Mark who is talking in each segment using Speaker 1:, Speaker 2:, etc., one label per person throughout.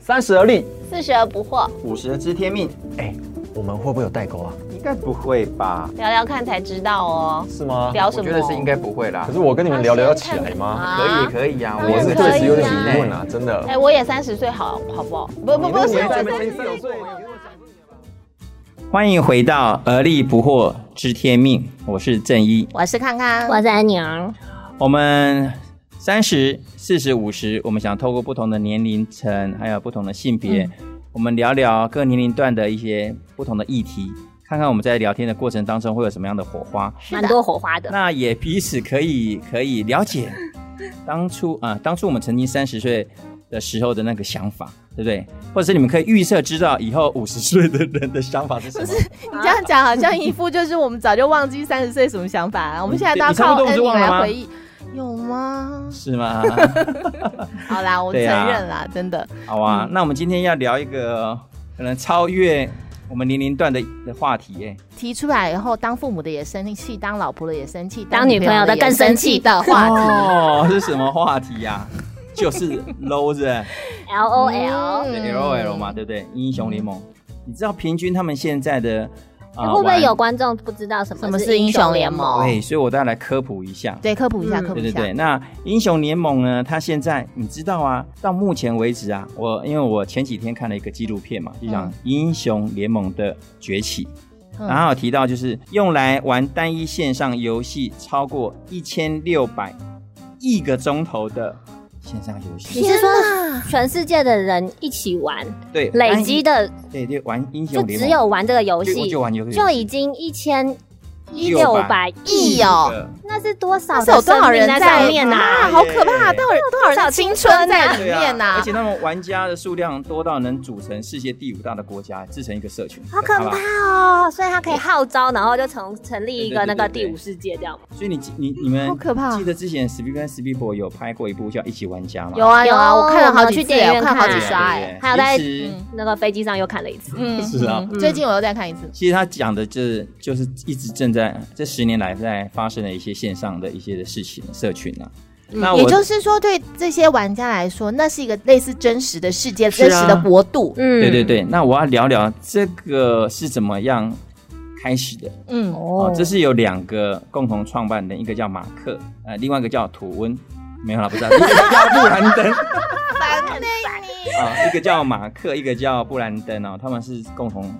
Speaker 1: 三十而立，
Speaker 2: 四十而不惑，
Speaker 3: 五十知天命，
Speaker 1: 哎，我们会不会有代沟啊？
Speaker 3: 应该不会吧？
Speaker 2: 聊聊看才知道哦。
Speaker 1: 是吗？
Speaker 2: 聊什
Speaker 3: 我
Speaker 2: 么？
Speaker 3: 觉得是应该不会啦
Speaker 1: 可。是我跟你们聊聊要起来吗？
Speaker 3: 可以可以啊，
Speaker 2: 当然
Speaker 1: 我
Speaker 3: 也
Speaker 2: 可以
Speaker 1: 是
Speaker 2: 啊
Speaker 1: 确实有点疑问啊，真
Speaker 2: 哎、
Speaker 1: 的。
Speaker 2: 我也三十岁，好好不好？不不不是，
Speaker 1: 你那
Speaker 2: 我
Speaker 1: 年纪
Speaker 2: 三
Speaker 1: 没
Speaker 2: 十岁。
Speaker 3: 欢迎回到而立不惑知天命，我是正一。
Speaker 2: 我是康康，
Speaker 4: 我是安娘，
Speaker 3: 我们三十、四十、五十，我们想透过不同的年龄层，还有不同的性别，
Speaker 2: 嗯
Speaker 3: 我们聊聊各年龄段的一些不同的议题，看看我们在聊天的过程当中会有什么样的火花。
Speaker 4: 蛮多火花的。
Speaker 3: 那也彼此可以可以了 解当初啊，当初我们曾经三十岁的时候的那个想法，对不对？或者是你们可以预测知道以后五十岁的人的想法是什么？
Speaker 5: 你这样讲好像一副就是我们早就忘记三十岁什么想
Speaker 3: 嗯
Speaker 5: 法、啊，我们现在都要
Speaker 3: 你差不
Speaker 5: 靠
Speaker 3: 多不是
Speaker 5: 恩
Speaker 3: 忘了吗
Speaker 5: 来回忆，有吗？
Speaker 3: 是 吗？
Speaker 5: 好啦，我承
Speaker 3: 对啊
Speaker 5: 认啦，真的，
Speaker 3: 好啊，
Speaker 4: 嗯
Speaker 3: 那我们今天要聊一个可能超越我们年龄段的的话题、耶。
Speaker 5: 提出来以后，当父母的也生气，当老婆的也生气，
Speaker 4: 当女朋友的
Speaker 5: 也
Speaker 4: 更生气
Speaker 5: 的话题。
Speaker 3: 哦，是什么话题 呀、就是 low
Speaker 4: 嗯
Speaker 3: 人
Speaker 4: L O L，
Speaker 5: 嗯
Speaker 3: L O L 哦嘛，对不对？英雄联盟，你知道平均他们现在的啊、
Speaker 4: 嗯会不会
Speaker 3: 玩
Speaker 4: 有观众不知道什么
Speaker 5: 什么是
Speaker 4: 是
Speaker 5: 英
Speaker 4: 英
Speaker 5: 雄
Speaker 4: 雄
Speaker 5: 联
Speaker 4: 联
Speaker 5: 盟
Speaker 4: 盟？
Speaker 3: 对，所以我再来科普一下。
Speaker 5: 对，科普一下，
Speaker 4: 嗯
Speaker 5: 科普
Speaker 3: 对对
Speaker 5: 一下。
Speaker 3: 对，那英雄联盟呢？它现在你知道啊，到目前为止啊，我因为我前几天看了一个纪录片嘛，就讲
Speaker 5: 嗯
Speaker 3: 英雄联盟的崛起，
Speaker 5: 嗯
Speaker 3: 然后有提到就是用来玩单一线上游戏超过一千六百亿个钟头的线上游
Speaker 4: 你
Speaker 3: 戏，
Speaker 4: 是说全世界的人一起玩，
Speaker 3: 对，
Speaker 4: 累积
Speaker 3: 的，
Speaker 4: 的
Speaker 3: 对对，玩哎英
Speaker 4: 就
Speaker 3: 雄联盟
Speaker 4: 只有玩这个游
Speaker 3: 就
Speaker 4: 戏
Speaker 3: 就，玩游戏
Speaker 4: 就已经一千一六百亿
Speaker 5: 亿哦
Speaker 3: 的
Speaker 4: 那是多少
Speaker 5: 那
Speaker 4: 的
Speaker 5: 是有多少人
Speaker 4: 生命在
Speaker 5: 在
Speaker 4: 上面呐、
Speaker 5: 啊？好可怕，多少人多少人的青春在里
Speaker 3: 对啊
Speaker 5: 面呐、
Speaker 3: 而且他们玩家的数量多到能组成世界第五大的国家，制成一个社群，
Speaker 4: 好可
Speaker 3: 吧
Speaker 4: 怕哦！所以他可以号召，然后就成成立一个那
Speaker 3: 对对对
Speaker 4: 个
Speaker 3: 对
Speaker 4: 第五世界，这样吗
Speaker 3: 所以你你你们
Speaker 5: 好可怕
Speaker 3: 记得之前 Speak 跟 Speak Boy 有拍过一部叫《一起玩家》吗？
Speaker 5: 有啊有啊，
Speaker 4: 有
Speaker 5: 我看了好几
Speaker 4: 我们去
Speaker 5: 次，
Speaker 4: 电影
Speaker 5: 我
Speaker 4: 院
Speaker 5: 看好
Speaker 3: 对啊，
Speaker 5: 几
Speaker 3: 对
Speaker 5: 刷哎、
Speaker 3: 对
Speaker 4: 还有在
Speaker 3: 其实
Speaker 4: 那个飞机上又看了一次。
Speaker 2: 哎
Speaker 5: 嗯
Speaker 3: 是啊
Speaker 5: 嗯最近我又再看一次。
Speaker 3: 其实他讲的就是就是一直正在这十年来在发生的一些线上的一些的事情社群啊。那
Speaker 5: 嗯也
Speaker 3: 我
Speaker 5: 就是说，对这些玩家来说，那是一个类似真实的世界、
Speaker 3: 是啊
Speaker 5: 真实的国度。
Speaker 4: 嗯
Speaker 3: 对对，对，那我要聊聊这个是怎么样开始的。
Speaker 5: 嗯
Speaker 3: 哦，这是有两个共同创办人，一个叫马克，呃，另外一个叫土温，没有啦，不是、啊，一个叫布兰登，啊，一个叫马克，一个叫布兰登哦，他们是共同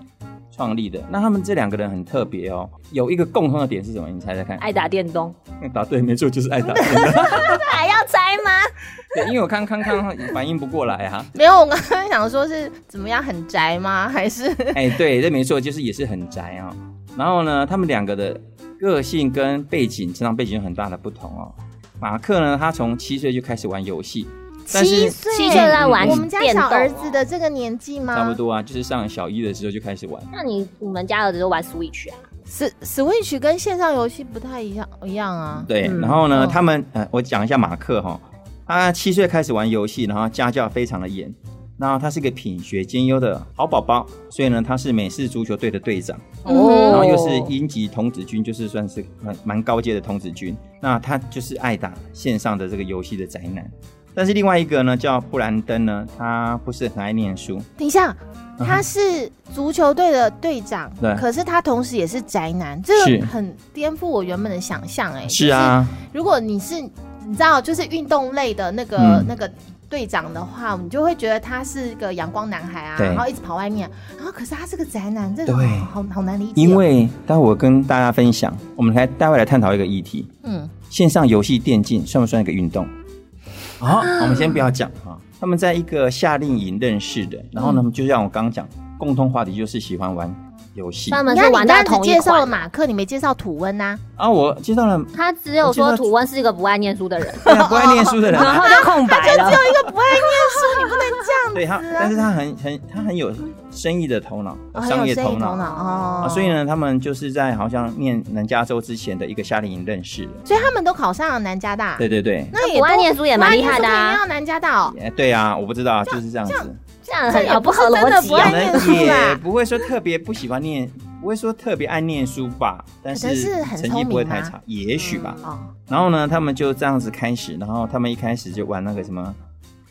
Speaker 3: 创立的。那他们这两个人很特别哦，有一个共通的点是什么？你猜猜看？
Speaker 4: 爱打电动，
Speaker 3: 答对，没错，就是爱打电动。
Speaker 4: 还要猜吗？
Speaker 3: 对，因为我看康康反应不过来啊。
Speaker 5: 没有，我刚刚想说是怎么样，很宅吗？ 还是
Speaker 3: 哎，对，这没错，就是也是很宅啊、然后呢，他们两个的个性跟背景、成长背景有很大的不同哦。马克呢，他从七岁就开始玩游戏，但是
Speaker 5: 岁
Speaker 4: 七岁就在玩
Speaker 5: 我们家
Speaker 4: 电
Speaker 5: 小
Speaker 4: 动
Speaker 5: 儿子的这个年纪吗？
Speaker 3: 差不多啊，就是上小一的时候就开始玩。
Speaker 4: 那你你们家儿子就玩 Switch 啊？
Speaker 5: S Switch 跟线上游戏不太一样一样啊。
Speaker 3: 对，
Speaker 4: 嗯
Speaker 3: 然后呢，
Speaker 5: 嗯
Speaker 3: 他们呃，我讲一下马克哈、他七岁开始玩游戏，然后家教非常的严，然后他是个品学兼优的好宝宝，所以呢，他是美式足球队的队长，
Speaker 5: 哦
Speaker 3: 然后又是英籍童子军，就是算是蛮蛮高阶的童子军。那他就是爱打线上的这个游戏的宅男。但是另外一个呢，叫布兰登呢，他不是很爱念书，
Speaker 5: 等一下，他是足球队的队长，
Speaker 3: 对
Speaker 5: 可是他同时也是宅男，这
Speaker 3: 是
Speaker 5: 个很颠覆我原本的想象哎、
Speaker 3: 是，啊，
Speaker 5: 如果你是你知道，就是运动类的那个、
Speaker 3: 嗯
Speaker 5: 那个队长的话，你就会觉得他是一个阳光男孩啊，
Speaker 3: 对
Speaker 5: 然后一直跑外面，然后可是他是个宅男，这个
Speaker 3: 对
Speaker 5: 好好好难理解哦、
Speaker 3: 因为待会我跟大家分享，我们来待会来探讨一个议题，
Speaker 5: 嗯，
Speaker 3: 线上游戏电竞算不算一个运动？好、我们先不要讲啊。他们在一个夏令营认识的，然后呢，就像我刚刚讲，共通话题就是喜欢玩游戏。
Speaker 4: 他
Speaker 3: 然
Speaker 4: 们
Speaker 5: 你
Speaker 4: 是
Speaker 5: 看
Speaker 4: 玩
Speaker 5: 你
Speaker 4: 到
Speaker 5: 刚才只
Speaker 4: 同一
Speaker 5: 介绍了
Speaker 4: 款。啊
Speaker 5: 马克，你没介绍土温呐、
Speaker 3: 啊，我接到了
Speaker 4: 他只有说土温是一个不爱念书的人，
Speaker 3: 对啊不爱念书的人啊，
Speaker 4: 然后就空白了。
Speaker 3: 对他，但是他很很他很有生意的头脑，
Speaker 5: 啊哦，很
Speaker 3: 商
Speaker 5: 有
Speaker 3: 业
Speaker 5: 生意头脑
Speaker 3: 脑
Speaker 5: 哦、
Speaker 3: 啊，所以。呢，他们就是在好像念南加州之前的一个夏令营认识的。
Speaker 5: 所以他们都考上了南加大，
Speaker 3: 对对对，
Speaker 5: 那也
Speaker 4: 不爱
Speaker 5: 都
Speaker 4: 念书也蛮厉害的
Speaker 5: 不爱念书
Speaker 4: 啊
Speaker 5: 可以念到南加大哦，
Speaker 3: 哎对啊，我不知道，就是这样子。
Speaker 4: 这样很
Speaker 5: 这也
Speaker 4: 好
Speaker 5: 不
Speaker 4: 不
Speaker 5: 是
Speaker 4: 合
Speaker 5: 真的
Speaker 4: 逻辑
Speaker 5: 不爱
Speaker 4: 啊
Speaker 3: 可！
Speaker 5: 念书
Speaker 3: 能也
Speaker 5: 啦
Speaker 3: 不会说特别不喜欢念，不会说特别爱念书吧，但
Speaker 5: 可能是很
Speaker 3: 成
Speaker 5: 聪
Speaker 3: 绩不会
Speaker 5: 明啊吗
Speaker 3: 太差，也许吧。
Speaker 5: 哦，
Speaker 3: 然后呢，他们就这样子开始，然后他们一开始就玩那个什么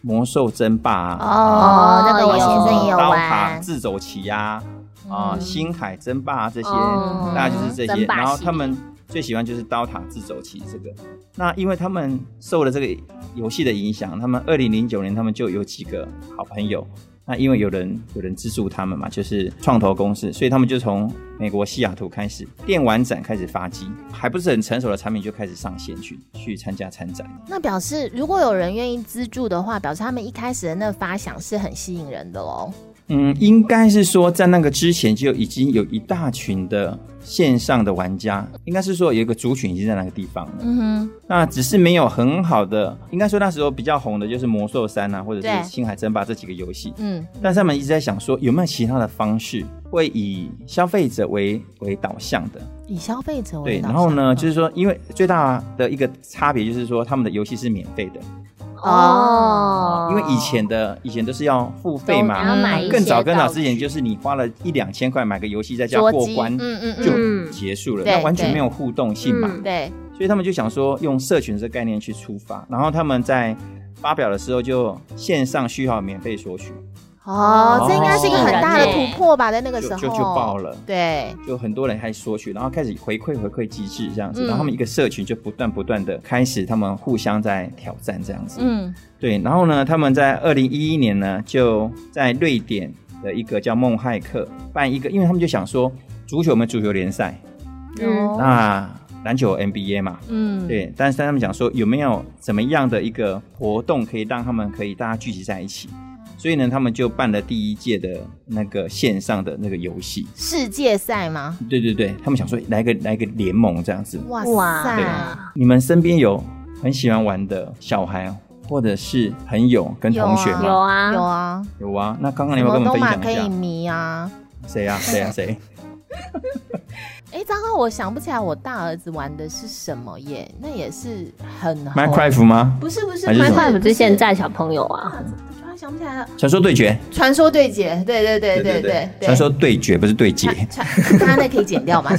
Speaker 3: 魔兽争霸啊，
Speaker 2: 哦
Speaker 6: 哦，那个我先生也有
Speaker 3: 刀塔
Speaker 6: 玩，
Speaker 3: 自走棋啊，啊，
Speaker 5: 嗯
Speaker 3: 星海争霸啊这些，
Speaker 4: 哦
Speaker 3: 大概就是这些。
Speaker 4: 争霸系
Speaker 3: 然后他们最喜欢就是刀塔自走棋这个。那因为他们受了这个游戏的影响，他们二零零九年他们就有几个好朋友。那因为有人有人资助他们嘛，就是创投公司，所以他们就从美国西雅图开始电玩展开始发迹，还不是很成熟的产品就开始上线去去参加参展。
Speaker 6: 那表示如果有人愿意资助的话，表示他们一开始的那个发想是很吸引人的喽。
Speaker 3: 嗯，应该是说在那个之前就已经有一大群的线上的玩家，应该是说有一个族群已经在那个地方了。
Speaker 6: 嗯哼，
Speaker 3: 那只是没有很好的，应该说那时候比较红的就是魔兽三啊，或者
Speaker 6: 对
Speaker 3: 是星海争霸这几个游戏。
Speaker 6: 嗯，
Speaker 3: 但是他们一直在想说，有没有其他的方式会以消费者为为导向的？
Speaker 6: 以消费者
Speaker 3: 对，
Speaker 6: 为导
Speaker 3: 然后
Speaker 6: 向嗯
Speaker 3: 呢，就是说，因为最大的一个差别就是说，他们的游戏是免费的，
Speaker 4: 哦，
Speaker 3: 因为以前的以前都是要付费
Speaker 4: 然
Speaker 3: 嘛
Speaker 4: 后。买一些
Speaker 3: 更早更早
Speaker 4: 道具
Speaker 3: 之前，就是你花了一两千块买个游戏，再加
Speaker 6: 捉
Speaker 3: 过
Speaker 6: 鸡，
Speaker 3: 关
Speaker 6: 嗯嗯嗯，
Speaker 3: 就结束了，
Speaker 6: 对
Speaker 3: 那完全
Speaker 6: 对
Speaker 3: 没有互动性嘛。
Speaker 4: 嗯
Speaker 6: 对，
Speaker 3: 所以他们就想说用社群这个概念去出发，然后他们在发表的时候就线上序号免费索取，
Speaker 6: 哦，这应该是一个很大的
Speaker 2: 哦
Speaker 6: 突破吧，在那个
Speaker 3: 就
Speaker 6: 时
Speaker 3: 就
Speaker 6: 候
Speaker 3: 就爆了。
Speaker 6: 对，
Speaker 3: 就很多人开始索取，然后开始回馈回馈机制这样子，
Speaker 6: 嗯
Speaker 3: 然后他们一个社群就不断不断的开始，他们互相在挑战这样子。
Speaker 6: 嗯，
Speaker 3: 对，然后呢，他们在二零一一年呢，就在瑞典的一个叫孟骇克办一个，因为他们就想说足球有没有足球联赛，
Speaker 4: 嗯
Speaker 6: 哦
Speaker 3: 那篮球有 NBA 嘛，
Speaker 6: 嗯，
Speaker 3: 对，但是他们讲说有没有怎么样的一个活动可以让他们可以大家聚集在一起，所以呢，他们就办了第一届的那个线上的那个游戏。
Speaker 6: 世界赛吗？
Speaker 3: 对对对，他们想说来个来个联盟这样子。
Speaker 6: 哇
Speaker 4: 哇
Speaker 6: 塞
Speaker 3: 对，你们身边有很喜欢玩的小孩或者是朋友跟同学
Speaker 6: 有
Speaker 4: 有
Speaker 3: 吗？
Speaker 4: 啊
Speaker 6: 有啊，
Speaker 3: 有啊，那刚刚你
Speaker 6: 什
Speaker 3: 有没有
Speaker 6: 么
Speaker 3: 跟我
Speaker 6: 都
Speaker 3: 们分
Speaker 6: 马可以
Speaker 3: 享一下？
Speaker 6: 迷啊。
Speaker 3: 谁啊谁啊 谁？
Speaker 6: 哎，糟糕，我想不起来我大儿子玩的是什么耶，那也是很红
Speaker 3: Minecraft 吗？
Speaker 6: 不是不是
Speaker 3: 还是什么
Speaker 4: 那不是现在小朋友啊，
Speaker 6: 突然想不起来了，
Speaker 3: 传说对决。
Speaker 6: 传说对决，对对对对对对，
Speaker 3: 传说对决不是对决。
Speaker 6: 传，他那可以剪 掉吗？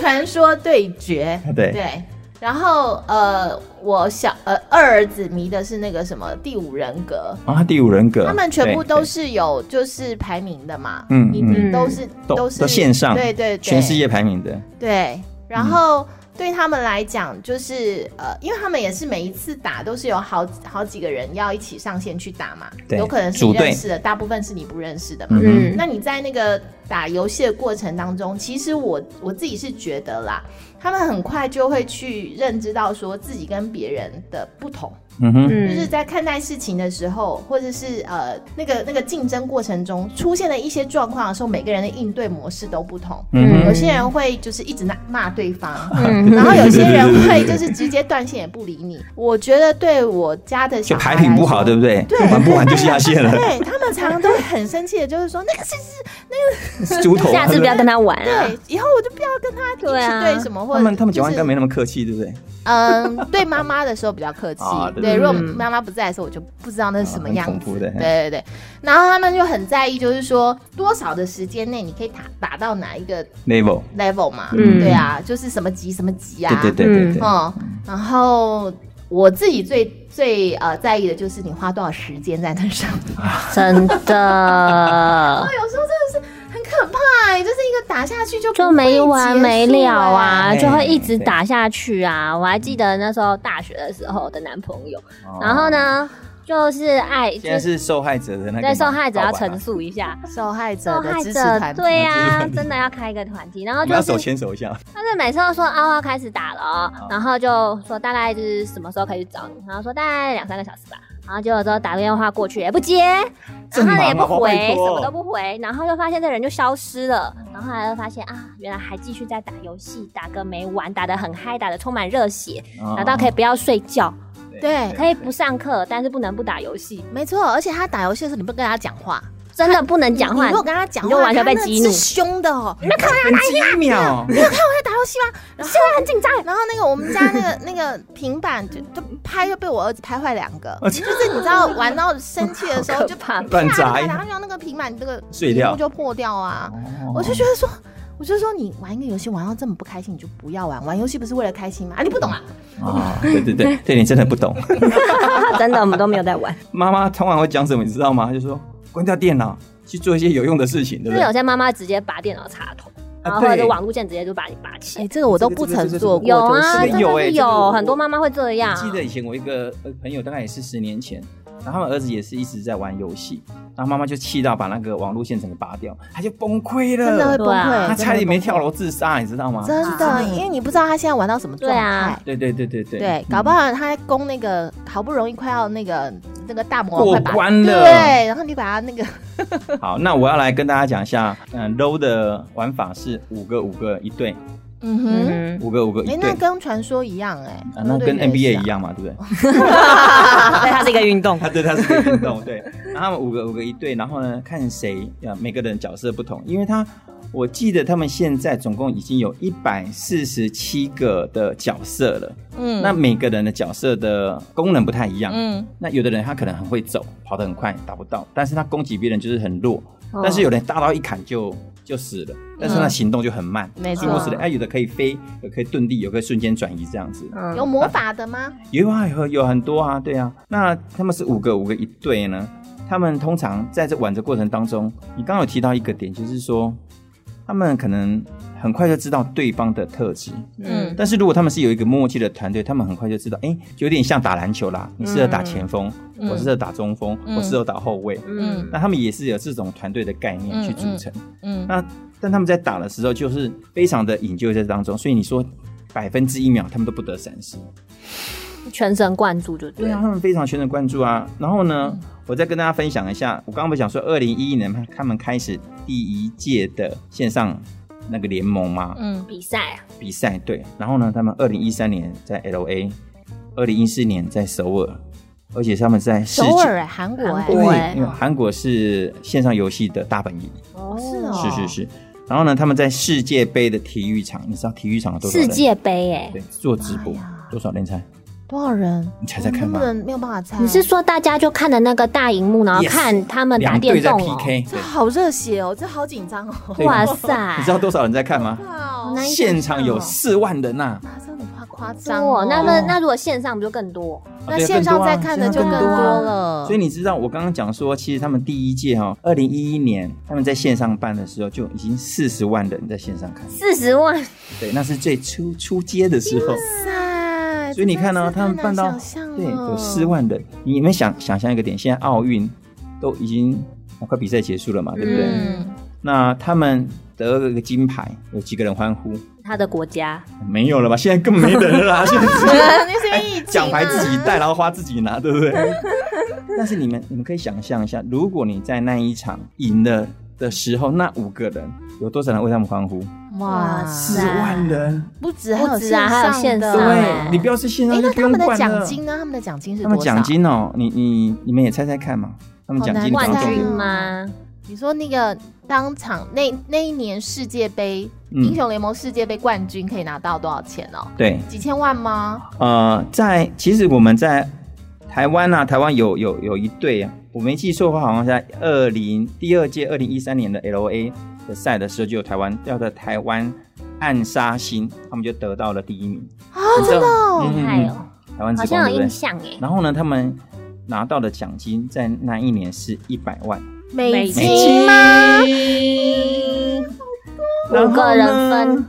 Speaker 6: 传说对决，
Speaker 3: 对
Speaker 6: 对。然后呃，我小呃二儿子迷的是那个什么第五人格，
Speaker 3: 啊，第五人格。
Speaker 6: 他们全部
Speaker 3: 对
Speaker 6: 都
Speaker 3: 对
Speaker 6: 是有就是排名的嘛，
Speaker 3: 嗯
Speaker 6: 你
Speaker 3: 嗯
Speaker 6: 你都是
Speaker 3: 都
Speaker 6: 都是
Speaker 3: 都线上
Speaker 6: 对对对，
Speaker 3: 全世界排名的。
Speaker 6: 对。然后对他们来讲，就是呃，因为他们也是每一次打都是有好好几个人要一起上线去打嘛，
Speaker 3: 对
Speaker 6: 有可能是
Speaker 3: 组
Speaker 6: 你
Speaker 3: 队
Speaker 6: 认识的，大部分是你不认识的嘛。
Speaker 3: 嗯
Speaker 4: 嗯
Speaker 6: 那你在那个打游戏的过程当中，其实我我自己是觉得啦，他们很快就会去认知到说自己跟别人的不同，
Speaker 3: 嗯哼，
Speaker 6: 就是
Speaker 4: 嗯，
Speaker 6: 在看待事情的时候，或者是呃那个那个竞争过程中出现的一些状况的时候，每个人的应对模式都不同。
Speaker 3: 嗯
Speaker 6: 有
Speaker 3: 哼，
Speaker 6: 些人会就是一直骂骂对方，
Speaker 4: 嗯
Speaker 6: 然后有些人会就是直接断线也不理你。我觉得对我家的
Speaker 3: 就
Speaker 6: 小 孩
Speaker 3: 排品不好，
Speaker 6: 来说
Speaker 3: 对不对？
Speaker 6: 对
Speaker 3: 玩不完就下 线了，
Speaker 6: 对他们常常都会很生气的，就是说那个是是，
Speaker 3: 猪头啊。
Speaker 4: 下次不要跟他玩啊，
Speaker 6: 对，以后我就不要跟他一
Speaker 4: 对啊
Speaker 6: 起对什么，或
Speaker 3: 他
Speaker 6: 者
Speaker 3: 们他们讲话应
Speaker 6: 就
Speaker 3: 该
Speaker 6: 是
Speaker 3: 没那么客气，对不对？
Speaker 6: 嗯，对妈妈的时候比较客气
Speaker 3: 啊，对
Speaker 6: 对，
Speaker 3: 对
Speaker 6: 如果
Speaker 4: 嗯
Speaker 6: 妈妈不在的时候，我就不知道那是什么
Speaker 3: 啊
Speaker 6: 样
Speaker 3: 很恐
Speaker 6: 子。
Speaker 3: 怖
Speaker 6: 对
Speaker 3: 的
Speaker 6: 对对，然后他们就很在意，就是说多少的时间内你可以打打到哪一个
Speaker 3: level，
Speaker 6: level 嘛？
Speaker 4: 嗯
Speaker 6: 对啊，就是什么级什么级啊？
Speaker 3: 对对对对对，
Speaker 4: 哦
Speaker 6: 嗯，然后我自己最最呃在意的就是你花多少时间在那上面。
Speaker 4: 真的
Speaker 6: 有时候真的是很可怕、欸，就是一个打下去就不
Speaker 4: 就没完没了啊，
Speaker 6: 会结束欸
Speaker 4: 就会一直打下去啊。我还记得那时候大学的时候的男朋友，然后
Speaker 3: 呢？
Speaker 4: 呢，就是爱，
Speaker 3: 哦现
Speaker 4: 就
Speaker 3: 在是受害者的那个
Speaker 4: 对受害者要
Speaker 3: 盗版啊
Speaker 4: 陈述 一下。
Speaker 6: 受害
Speaker 4: 受
Speaker 6: 者的
Speaker 4: 害
Speaker 6: 支持
Speaker 4: 者
Speaker 6: 团体。
Speaker 4: 对呀、真的要开一个团体，然后
Speaker 3: 我们要手
Speaker 4: 就是，
Speaker 3: 牵手一下，
Speaker 4: 他是每次都说啊，我要开始打了哦，然后就说大概就是什么时候可以去找你，然后说大概两三个小时吧，然后结果之后打个电话过去也不接，然
Speaker 3: 正
Speaker 4: 后
Speaker 3: 忙
Speaker 4: 呢
Speaker 3: 啊
Speaker 4: 也不
Speaker 3: 好
Speaker 4: 回，
Speaker 3: 拜托
Speaker 4: 什么都不回，然后就发现这人就消失了，然后后来就发现啊，原来还继续在打游戏，打个没完，打得很嗨，打得充满热血，
Speaker 3: 哦
Speaker 4: 打到可以不要睡觉，
Speaker 6: 对，
Speaker 4: 可以不上课，但是不能不打游戏，
Speaker 6: 没错，而且他打游戏的时候，你不跟他讲话，
Speaker 4: 真的不能讲
Speaker 6: 你
Speaker 4: 话
Speaker 6: 如。果跟他讲话，
Speaker 4: 你就完全被激怒
Speaker 6: 他那是凶的哦。你
Speaker 3: 分之一秒，
Speaker 6: 在打游戏吗？然后现在很紧张。然后那个我们家那个 那个平板就就拍，就被我儿子拍坏两 个。就是你知道玩到生气的时候
Speaker 4: 好
Speaker 6: 就
Speaker 4: 可怕
Speaker 6: 啪
Speaker 3: 哦乱砸
Speaker 6: 然后让那个平板这个
Speaker 3: 碎
Speaker 6: 屏
Speaker 3: 掉
Speaker 6: 幕就破掉啊。
Speaker 3: 哦
Speaker 6: 我就觉得说，我就说你玩一个游戏玩到这么不开心，你就不要玩。玩游戏不是为了开心吗？啊，你不懂啊！
Speaker 3: 啊，对对 对，对你真的不懂。
Speaker 4: 真的我们都没有在玩。
Speaker 3: 妈妈通常会讲什么，你知道吗？她就说关掉电脑，去做一些有用的事情，对不
Speaker 4: 就是
Speaker 3: 对
Speaker 4: 有？些妈妈直接拔电脑插头，然
Speaker 3: 啊
Speaker 4: 后或者
Speaker 3: 对
Speaker 4: 网路线直接就把你拔起
Speaker 5: 哎，
Speaker 4: 来。
Speaker 5: 这个我都不曾做过，
Speaker 4: 有啊，
Speaker 5: 就
Speaker 4: 真
Speaker 5: 是
Speaker 4: 的
Speaker 3: 有哎
Speaker 4: 是
Speaker 3: 这个我
Speaker 4: 有很多妈妈会这样。
Speaker 3: 记得以前我一个呃朋友，大概也是十年前，然后他们儿子也是一直在玩游戏，然后妈妈就气到把那个网路线整个拔掉，他就崩溃
Speaker 6: 真的会
Speaker 3: 了，
Speaker 6: 崩溃，
Speaker 4: 对啊
Speaker 3: 他
Speaker 6: 真的会
Speaker 3: 差点没
Speaker 6: 崩溃
Speaker 3: 跳楼自杀，你知道吗？
Speaker 6: 真的，因为你不知道他现在玩到什么状
Speaker 4: 对啊
Speaker 6: 态。
Speaker 3: 对对对对对，
Speaker 6: 对，搞不好他攻那个好不容易快要那个那个大魔王
Speaker 3: 过
Speaker 6: 快把
Speaker 3: 关了
Speaker 6: 对，然后你把他那个
Speaker 3: 好，那我要来跟大家讲一下，嗯，low 的玩法是五个五个一对，
Speaker 6: 嗯
Speaker 2: 嗯
Speaker 6: 哼，
Speaker 2: 哼，
Speaker 3: 五个五个一对，
Speaker 6: 哎，那跟传说一样哎
Speaker 3: 啊，那跟 NBA 一，样嘛，对不对？
Speaker 4: 对，它是一个运动。
Speaker 3: 他 对他是个运动，对。然后他们五个五个一队，然后呢，看谁呃每个人角色不同，因为他我记得他们现在总共已经有一百四十七个的角色了，
Speaker 5: 嗯
Speaker 3: 那每个人的角色的功能不太一样，
Speaker 5: 嗯，
Speaker 3: 那有的人他可能很会走，跑得很快，打不到，但是他攻击别人就是很弱，
Speaker 4: 哦
Speaker 3: 但是有人大刀一砍就就死了，但
Speaker 4: 嗯
Speaker 3: 是他行动就很慢，
Speaker 6: 没
Speaker 3: 诸如此
Speaker 6: 错
Speaker 3: 类。，哎，有的可以飞，有的可以遁地，有的可以瞬间转移这样子。
Speaker 4: 嗯
Speaker 6: 有魔法的吗？
Speaker 3: 有啊，有有很多啊，对啊。那他们是五个五个一对呢，他们通常在这玩的过程当中，你刚刚有提到一个点，就是说他们可能很快就知道对方的特质，
Speaker 5: 嗯
Speaker 3: 但是如果他们是有一个默契的团队，他们很快就知道，哎，有点像打篮球啦，你适合打前锋，
Speaker 5: 嗯
Speaker 3: 我适合打中锋，
Speaker 5: 嗯
Speaker 3: 我适合打后卫。
Speaker 4: 嗯，
Speaker 3: 那他们也是有这种团队的概念去组成。
Speaker 5: 嗯
Speaker 3: 那但他们在打的时候，就是非常的引就在当中，所以你说百分之一秒他们都不得闪失。
Speaker 4: 全神贯注就对
Speaker 3: 对啊，
Speaker 4: 了。
Speaker 3: 他们非常全神贯注啊。然后呢，我再跟大家分享一下，我刚刚不是讲说，二零一一年他们开始第一届的线上那个联盟嘛、
Speaker 5: 嗯
Speaker 4: 比赛啊，
Speaker 3: 比赛，对。然后呢，他们二零一三年在 L A，二零一四年在首尔，而且他们在世
Speaker 6: 首
Speaker 3: 界
Speaker 6: 尔哎，韩国哎
Speaker 4: 韩，国哎
Speaker 3: 对，因为韩国是线上游戏的大本营，
Speaker 6: 哦是哦，
Speaker 3: 是是是。然后呢，他们在世界杯的体育场，你知道体育场有多少
Speaker 4: 世
Speaker 3: 人？
Speaker 4: 界杯哎，
Speaker 3: 对做直播
Speaker 6: 妈呀
Speaker 3: 多少人才？
Speaker 6: 多少人？
Speaker 3: 你猜猜看
Speaker 6: 我
Speaker 3: 吧
Speaker 6: 根本没有办法猜。
Speaker 4: 你是说大家就看着那个大荧幕，然后
Speaker 3: Yes
Speaker 4: 看他们打
Speaker 3: 两队
Speaker 4: 电
Speaker 3: 在
Speaker 4: 动哦？
Speaker 3: PK，
Speaker 6: 这
Speaker 3: 对
Speaker 6: 好热血哦，这好紧张哦。
Speaker 3: 对
Speaker 4: 哇塞！
Speaker 3: 你知道多少人在看吗？
Speaker 6: 哇
Speaker 4: 难以想
Speaker 3: 现场有四万人呐、
Speaker 6: 那真的夸夸张
Speaker 4: 多，
Speaker 6: 哦。
Speaker 4: 哦那那那如果线上不就更多？
Speaker 3: 哦啊
Speaker 6: 那线上在看的就更多了。
Speaker 3: 所以你知道，我刚刚讲说，其实他们第一届哈、哦，二零一一年他们在线上办的时候，就已经四十万人在线上看。
Speaker 4: 四十万，
Speaker 3: 对，那是最初初阶的时候。
Speaker 6: 塞
Speaker 3: 所以你看呢、
Speaker 6: 这
Speaker 3: 他们
Speaker 6: 真的
Speaker 3: 办
Speaker 6: 太
Speaker 3: 到
Speaker 6: 难想象了
Speaker 3: 对有四万人，你们想想象一个点，现在奥运都已经哦快比赛结束了嘛，对不对？
Speaker 6: 嗯，
Speaker 3: 那他们得了个金牌，有几个人欢呼？
Speaker 4: 他的国家
Speaker 3: 没有了吧？现在根本没人了 啦，现在只有
Speaker 6: 那是因为疫情
Speaker 3: 奖
Speaker 6: 啊
Speaker 3: 牌自己带，然后花自己拿，对不 对？但是你们你们可以想象一下，如果你在那一场赢了的时候，那五个人有多少人为他们欢呼？
Speaker 6: 哇
Speaker 4: 哇
Speaker 3: 四
Speaker 4: 是
Speaker 6: 塞，
Speaker 4: 塞
Speaker 3: 万人！
Speaker 6: 不止还有
Speaker 4: 不止啊还有线
Speaker 6: 的
Speaker 4: 上
Speaker 3: 对，
Speaker 4: 哎
Speaker 3: 你不要是现在
Speaker 6: 哎，
Speaker 3: 就
Speaker 6: 那
Speaker 3: 不
Speaker 6: 他
Speaker 3: 用
Speaker 6: 们的
Speaker 3: 管
Speaker 6: 奖
Speaker 3: 了。
Speaker 6: 金呢？他们的奖金是
Speaker 3: 他们
Speaker 6: 多少
Speaker 3: 奖？金哦，你你你们也猜猜看嘛，他们奖金
Speaker 6: 好
Speaker 3: 总
Speaker 4: 冠
Speaker 6: 难想
Speaker 4: 军
Speaker 3: 共
Speaker 6: 象
Speaker 4: 吗？
Speaker 6: 你说那个当场那那一年世界杯
Speaker 3: 嗯
Speaker 6: 英雄联盟世界杯冠军可以拿到多少钱哦？
Speaker 3: 对，
Speaker 6: 几千万吗？
Speaker 3: 呃，在其实我们在台湾啊，台湾有有有一队啊，我没记错的话，好像在二零第二届二零一三年的 L A 的赛的时候，就有台湾叫做台湾暗杀星，他们就得到了第一名啊，真的、
Speaker 4: 厉害
Speaker 3: 嗯
Speaker 4: 哦，
Speaker 3: 嗯台湾
Speaker 4: 好
Speaker 3: 之光
Speaker 4: 像
Speaker 3: 对
Speaker 4: 有
Speaker 3: 不
Speaker 4: 印
Speaker 3: 对？
Speaker 4: 象哎。
Speaker 3: 然后呢，他们拿到的奖金在那一年是一百万
Speaker 6: 美
Speaker 4: 美
Speaker 3: 美
Speaker 6: 金
Speaker 3: 金吗？
Speaker 4: 五个人分，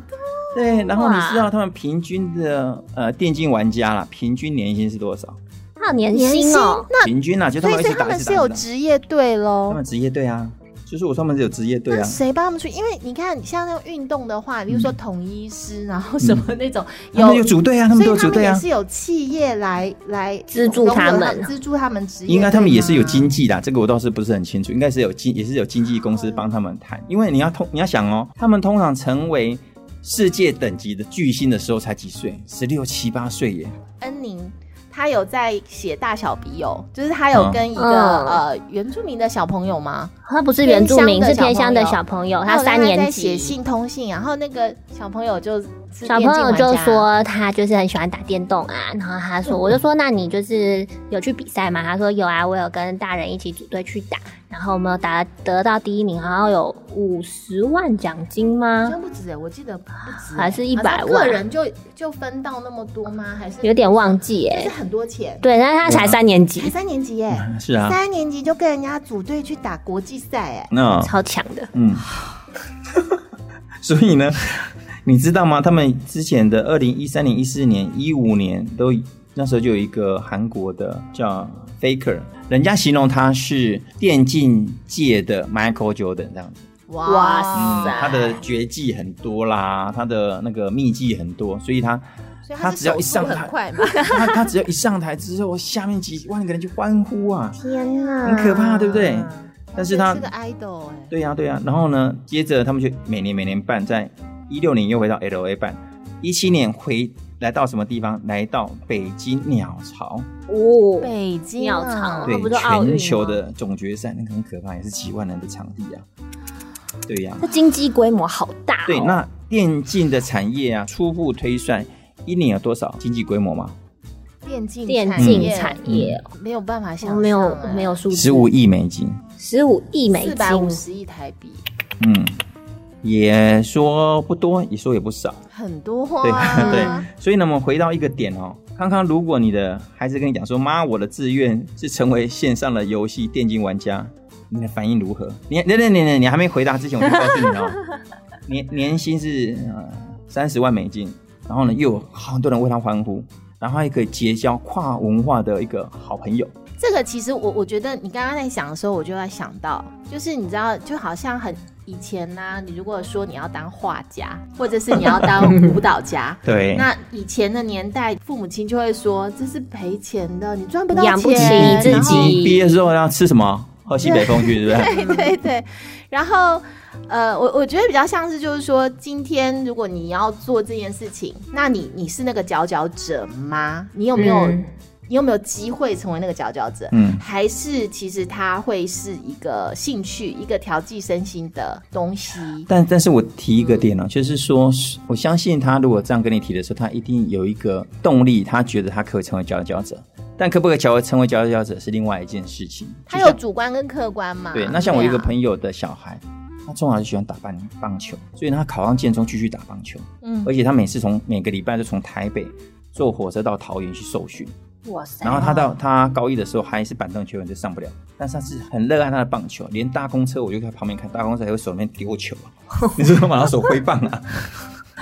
Speaker 3: 对，然后你
Speaker 4: 哇
Speaker 3: 知道他们平均的呃电竞玩家啦，平均年薪是多少？
Speaker 4: 他有年薪哦，
Speaker 6: 那
Speaker 3: 平均啊，就他
Speaker 6: 所
Speaker 3: 们一
Speaker 6: 以所以
Speaker 3: 起打
Speaker 6: 他
Speaker 3: 一
Speaker 6: 们
Speaker 3: 起
Speaker 6: 是
Speaker 3: 打，
Speaker 6: 有
Speaker 3: 一起
Speaker 6: 职业队
Speaker 3: 打他
Speaker 6: 喽
Speaker 3: 们。职业队啊，就是我说他们是有职业队
Speaker 6: 那
Speaker 3: 啊，嗯
Speaker 6: 谁帮他们去？因为你看，像那种运动的话，比如说统一师，然后什么那种
Speaker 3: 他们有组队啊，他们都有
Speaker 6: 所以他
Speaker 3: 组
Speaker 6: 们
Speaker 3: 队
Speaker 6: 也
Speaker 3: 啊
Speaker 6: 是，有企业来来
Speaker 4: 资助他们
Speaker 6: 资助他们职业队吗，啊
Speaker 3: 应该他们也是有经纪啦，这个我倒是不是很清楚，应该是有经也是有经纪公司帮他们谈，因为你要通你要想哦，他们通常成为世界等级的巨星的时候才几岁，十六七八岁耶，
Speaker 6: 恩宁。他有在写大小笔友，就是他有跟一个、
Speaker 4: 嗯
Speaker 6: 呃原住民的小朋友吗？
Speaker 4: 他不是原住民，
Speaker 6: 偏乡的
Speaker 4: 是偏乡的小朋友，
Speaker 6: 有
Speaker 4: 哦他
Speaker 6: 跟
Speaker 4: 三
Speaker 6: 在
Speaker 4: 年
Speaker 6: 写
Speaker 4: 级。
Speaker 6: 信通信，然后那个小朋友就自
Speaker 4: 小
Speaker 6: 恋
Speaker 4: 朋
Speaker 6: 进
Speaker 4: 友
Speaker 6: 玩
Speaker 4: 就
Speaker 6: 家
Speaker 4: 说他就是很喜欢打电动啊，然后他
Speaker 6: 嗯
Speaker 4: 说，我就说那你就是有去比赛吗？他说有啊，我有跟大人一起组队去打，然后我们有打得到第一名，然后有五十万奖金
Speaker 6: 好
Speaker 4: 吗？
Speaker 6: 像不止哎，我记得不止欸，
Speaker 4: 还是一百
Speaker 6: 好像
Speaker 4: 万
Speaker 6: 个人就就分到那么多吗？还是
Speaker 4: 有点忘记哎、
Speaker 6: 就是很多钱，
Speaker 4: 对，但是他才三年
Speaker 6: 才
Speaker 3: 嗯
Speaker 4: 级，
Speaker 6: 三年级耶，
Speaker 3: 是啊，
Speaker 6: 三年级就跟人家组队去打国际赛哎，
Speaker 3: 那
Speaker 4: 超强的。
Speaker 3: 嗯，所以呢，你知道吗？他们之前的二零一三年、一四年、一五年都那时候就有一个韩国的叫 Faker，人家形容他是电竞界的 Michael Jordan 这样子。
Speaker 2: 哇
Speaker 3: 嗯，他的绝技很多啦，他的那个秘技很多，所以他
Speaker 6: 所以
Speaker 3: 他
Speaker 6: 是
Speaker 3: 只要一
Speaker 6: 手速
Speaker 3: 上
Speaker 6: 很
Speaker 3: 台，
Speaker 6: 快嘛，
Speaker 3: 他他只要一上台之后，下面几万个人就欢呼啊，
Speaker 6: 天哪，
Speaker 3: 很可怕，对不对？
Speaker 4: 嗯
Speaker 3: 但是他
Speaker 6: 完全是个 idol 哎，
Speaker 3: 对呀、对呀、然后呢，接着他们就每年每年办，在一六年又回到 L A 办，一七年回来到什么地方？来到北京鸟巢，
Speaker 4: 哦
Speaker 6: 北京
Speaker 4: 鸟
Speaker 6: 啊
Speaker 4: 巢，
Speaker 3: 对
Speaker 4: 那不就奥运
Speaker 3: 全球
Speaker 4: 吗
Speaker 3: 的总决赛，那个很可怕，也是几万人的场地啊。对呀、
Speaker 4: 这经济规模好大、哦。
Speaker 3: 对，那电竞的产业啊，初步推算一年有多少经济规模吗？
Speaker 6: 电竞
Speaker 4: 电
Speaker 6: 产
Speaker 4: 竞
Speaker 6: 业
Speaker 4: 产业，
Speaker 6: 没有办法想
Speaker 4: 我
Speaker 6: 象，
Speaker 4: 没有没有数字，
Speaker 3: 十五亿美金，
Speaker 4: 十五亿美
Speaker 6: 四
Speaker 4: 金，
Speaker 6: 百五十亿台币，
Speaker 3: 嗯，也说不多，也说也不少。
Speaker 6: 很多
Speaker 3: 对、
Speaker 6: 啊，
Speaker 3: 对，所以呢，我们回到一个点哦，康康，如果你的孩子跟你讲说：“妈，我的志愿是成为线上的游戏电竞玩家”，你的反应如何？你、你、你、你、你还没回答之前，我就告诉你哦，年年薪是呃三十、30万美金，然后呢，又有很多人为他欢呼，然后还可以结交跨文化的一个好朋友。
Speaker 6: 这个其实我我觉得你刚刚在想的时候，我就在想到，就是你知道，就好像很以前呢、你如果说你要当画家，或者是你要当舞蹈家。
Speaker 3: 对，
Speaker 6: 那以前的年代，父母亲就会说这是赔钱的，你赚不到钱，
Speaker 4: 养不起你自
Speaker 6: 然后
Speaker 4: 己
Speaker 3: 毕业之后要吃什么？喝西北风去，对不对？
Speaker 6: 对对，然后呃，我我觉得比较像是就是说，今天如果你要做这件事情，那你你是那个佼佼者吗？你有没有、
Speaker 4: 嗯
Speaker 6: 你有没有机会成为那个佼佼者？
Speaker 3: 嗯
Speaker 6: 还是其实它会是一个兴趣，一个调剂身心的东西。
Speaker 3: 但但是我提一个点呢、啊就是说，我相信他如果这样跟你提的时候，他一定有一个动力，他觉得他可以成为佼佼者。但可不可以成为成为佼佼者是另外一件事情。
Speaker 6: 它
Speaker 3: 就
Speaker 6: 有
Speaker 3: 像
Speaker 6: 主观跟客观
Speaker 4: 啊
Speaker 6: 嘛？啊
Speaker 3: 对，那像我一个
Speaker 6: 友，
Speaker 3: 朋友的小孩，他从小就喜欢打棒棒球，所以他考上建中继续打棒球，
Speaker 6: 嗯
Speaker 3: 而且他每次从每个礼拜都从台北坐火车到桃园去受训。
Speaker 4: 哇塞
Speaker 3: 然后他到他高一的时候还是板凳球员，就上不了。但是他是很热爱他的棒球，连搭公车我就在旁边看，搭公车还会手里面丢球 啊，你知道吗？他手挥棒啊，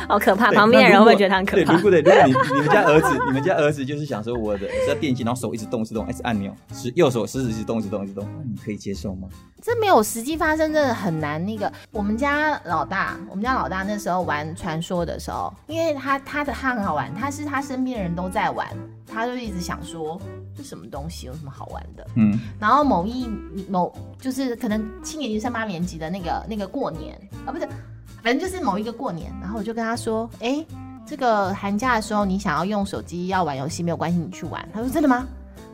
Speaker 4: 好可怕，
Speaker 3: 对
Speaker 4: 旁边的人
Speaker 3: 那如
Speaker 4: 会不
Speaker 3: 果
Speaker 4: 会觉得他很可
Speaker 3: 对，
Speaker 4: 怕
Speaker 3: 如？果对，如果你你们家儿子，你们家儿子就是想说我的是在电竞，然后手一直动一直动，一直按钮，食右手食指一直动一直动一直动，那你可以接受吗？
Speaker 6: 这没有实际发生，真的很难。那个我们家老大，我们家老大那时候玩传说的时候，因为他他的他很好玩，他是他身边的人都在玩，他就一直想说这什么东西有什么好玩的。
Speaker 3: 嗯，
Speaker 6: 然后某一某就是可能七年级升八年级的那个那个过年啊，不是，反正就是某一个过年，然后我就跟他说，哎，这个寒假的时候你想要用手机要玩游戏没有关系，你去玩。他说真的吗？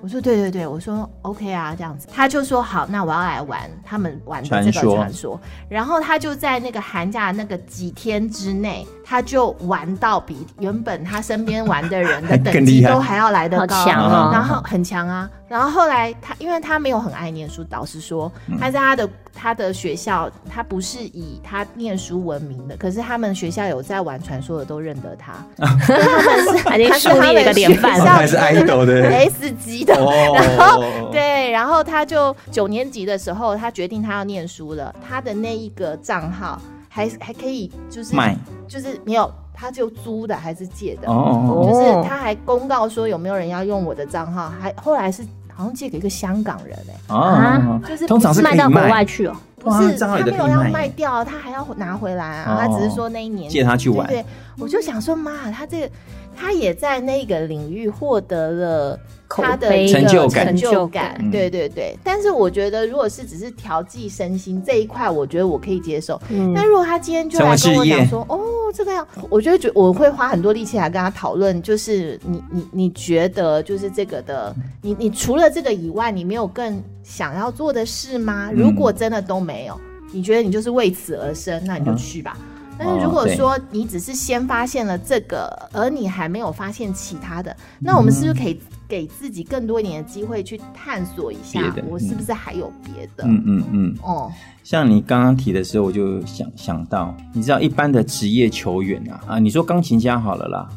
Speaker 6: 我说对对对，我说 OK 啊，这样子，他就说好，那我要来玩他们玩的这
Speaker 3: 传说
Speaker 6: 个传说，然后他就在那个寒假那个几天之内，他就玩到比原本他身边玩的人的
Speaker 3: 还更
Speaker 6: 等
Speaker 3: 厉
Speaker 6: 级
Speaker 3: 害
Speaker 6: 都还要来得
Speaker 4: 好
Speaker 6: 高，
Speaker 4: 强
Speaker 3: 哦
Speaker 6: 然后很强啊。然后后来他，因为他没有很爱念书，老实说，他在他的他的学校，他不是以他念书闻名的，可是他们学校有在玩传说的都认得他，
Speaker 4: 他已经树立了一个典
Speaker 6: 他
Speaker 4: 范。
Speaker 6: 还是 idol
Speaker 3: 的
Speaker 6: S 级的。
Speaker 3: 哦，，
Speaker 6: 对，然后他就九年级的时候，他决定他要念书了，他的那一个账号还还可以就是
Speaker 3: 卖
Speaker 6: 就是没有，他就租的还是借的，
Speaker 3: 哦，
Speaker 6: 就是他还公告说有没有人要用我的账号，还后来是好像借给一个香港人哎、
Speaker 3: 哦，
Speaker 6: 就是
Speaker 3: 通常是可
Speaker 4: 啊卖
Speaker 3: 以
Speaker 4: 到国外
Speaker 3: 卖，
Speaker 4: 去哦，
Speaker 6: 不
Speaker 3: 哇
Speaker 6: 是
Speaker 3: 账
Speaker 6: 他
Speaker 3: 号有
Speaker 6: 没
Speaker 3: 的
Speaker 6: 有
Speaker 3: 可以
Speaker 6: 要
Speaker 3: 卖
Speaker 6: 卖掉，他还要拿回来啊，
Speaker 3: 哦
Speaker 6: 他只是说那一年
Speaker 3: 借他去玩
Speaker 6: 对对，我就想说妈，他这个他也在那个领域获得了。他
Speaker 4: 口
Speaker 6: 的
Speaker 4: 碑
Speaker 6: 一个
Speaker 3: 成就感
Speaker 6: 成就
Speaker 4: 成
Speaker 6: 感，
Speaker 3: 嗯
Speaker 6: 对对对。但是我觉得，如果是只是调剂身心这一块，我觉得我可以接受。
Speaker 4: 嗯
Speaker 6: 但，如果他今天就来跟我讲说，哦，这个要，我就会觉得我会花很多力气来跟他讨论，就是你你你觉得就是这个的，你你除了这个以外，你没有更想要做的事吗？
Speaker 3: 嗯
Speaker 6: 如果真的都没有，你觉得你就是为此而生，那你就去吧。但是如果
Speaker 3: 嗯哦对
Speaker 6: 说你只是先发现了这个，而你还没有发现其他的，那我们是不
Speaker 3: 嗯
Speaker 6: 是可以给自己更多一点的机会去探索一下
Speaker 3: 别的，
Speaker 6: 我是不是还有别的？
Speaker 3: 嗯嗯嗯，
Speaker 6: 哦，
Speaker 3: 像你刚刚提的时候，我就想想到，你知道一般的职业球员啊，啊，你说钢琴家好了啦，